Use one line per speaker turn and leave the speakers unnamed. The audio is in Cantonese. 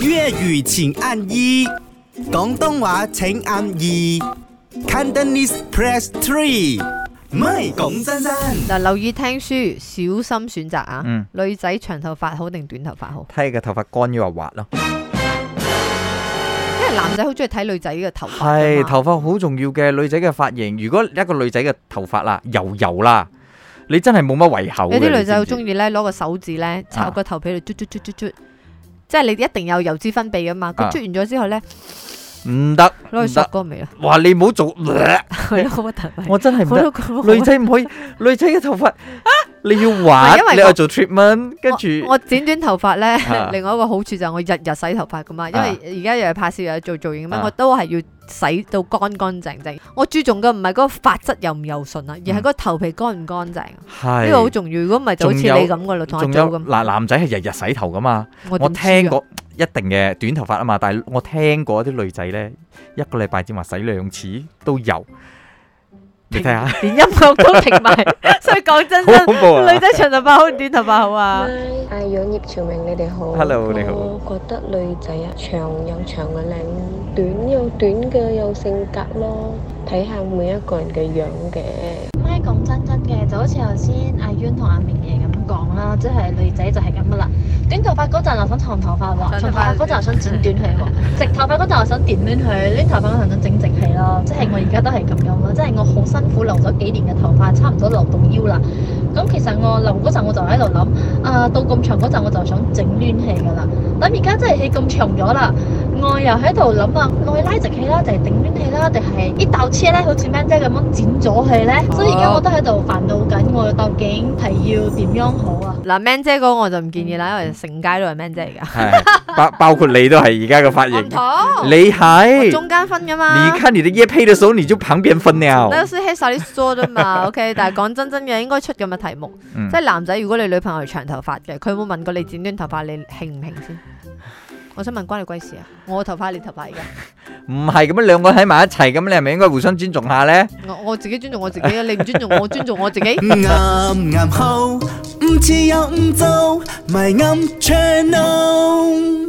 粤语请按一，广东话请按二，Cantonese press three。唔係講真真，
嗱，留意聽書，小心選擇啊！
嗯
女仔長頭髮好定短頭髮好？
睇佢頭髮乾要話滑咯，
因為男仔好中意睇女仔嘅頭髮㗎
係
嘛
頭髮好重要嘅，女仔嘅髮型，如果一個女仔嘅頭髮啦油油啦，你真係冇乜胃口嘅。
有啲女仔好
意
中意咧，攞個手指
啊
咧插個頭皮度捽捽捽捽捽，即係你一定有油脂分泌噶嘛。佢
啊
捽完咗之後咧，，
唔得
攞去
唔
索
得，
嗰個味啦，
哇你 唔好做，
係咯，好核突味。
我真係唔
我
得
都。覺得好
女仔 唔可以，女仔嘅頭髮你要滑，
唔係因為
你
我
又做 treatment，跟住
我我剪短頭髮咧
啊，
另外一個好處就係我日日洗頭髮噶嘛，因為而家又係拍攝又係做造型咁樣，
啊
我都係要洗到乾乾淨淨。我注重嘅唔係嗰個髮質柔唔柔順啊，而係
嗯
嗰個頭皮乾唔乾淨啊。
係
呢個好重要，如果唔係就好似
仲有
你咁噶啦，同阿
仲
Jo
有
咁。
嗱，男仔係日日洗頭噶嘛，
我
我
點知啊
聽過一定嘅短頭髮啊嘛，但係我聽過啲女仔咧，一個禮拜只話洗兩次都有，你 睇下，好
連音樂都停 埋， 所以講真真，
恐怖啊！
女仔長頭髮好定短頭髮好啊？
阿楊葉朝明，你哋好。
Hello，你好
我覺得女仔啊，長有長嘅靚，短有短嘅有性格咯，睇下每一個人嘅樣嘅。
咪講真真嘅，就好似頭先阿淵同阿明爺咁講啦，即係女仔就係咁噶啦。短頭髮嗰陣又想長頭髮喎，
長
長
頭
頭
髮
髮嗰陣又想剪短佢喎， 直頭髮嗰陣又想電攣佢，攣頭髮嗰陣想整直佢咯。即係我而家都係咁樣咯，即係我好辛苦留咗幾年嘅頭髮，差唔多留到腰啦。咁其實我留嗰陣我就喺度諗，啊到咁長嗰陣我就想整攣氣噶啦。咁而家真係氣咁長咗啦，我又喺度諗啊，我去拉直氣啦，定係頂攣氣啦，定係呢竇車咧好似 man 姐咁樣剪咗佢咧？所以而家我都喺度煩惱緊，我究竟係要點樣好啊？
嗱，Man 姐嗰個我就唔建議
嗯
啦，因為成街都係 Man 姐嚟噶。
係包包括你都係而家嘅髮
我唔
型，
同，
你
我
係
中間分噶嘛
你。看你的夜配的時候，你就旁邊分了，
都是 hit 晒啲 show 啫 嘛，OK。但係講真真嘅，應該出咁嘅題目，
嗯
即係男仔，如果你女朋友係長頭髮嘅，佢有冇問過你剪短頭髮你興唔興先？我想問關你鬼事啊！我頭髮係你頭髮嚟嘅，
唔係咁樣兩個喺埋一齊，咁你係咪應該互相尊重下呢？
我我自己尊重我自己啊！你唔尊重我，我尊重我自己。
啱啱好，唔似又唔做，咪啱 channel。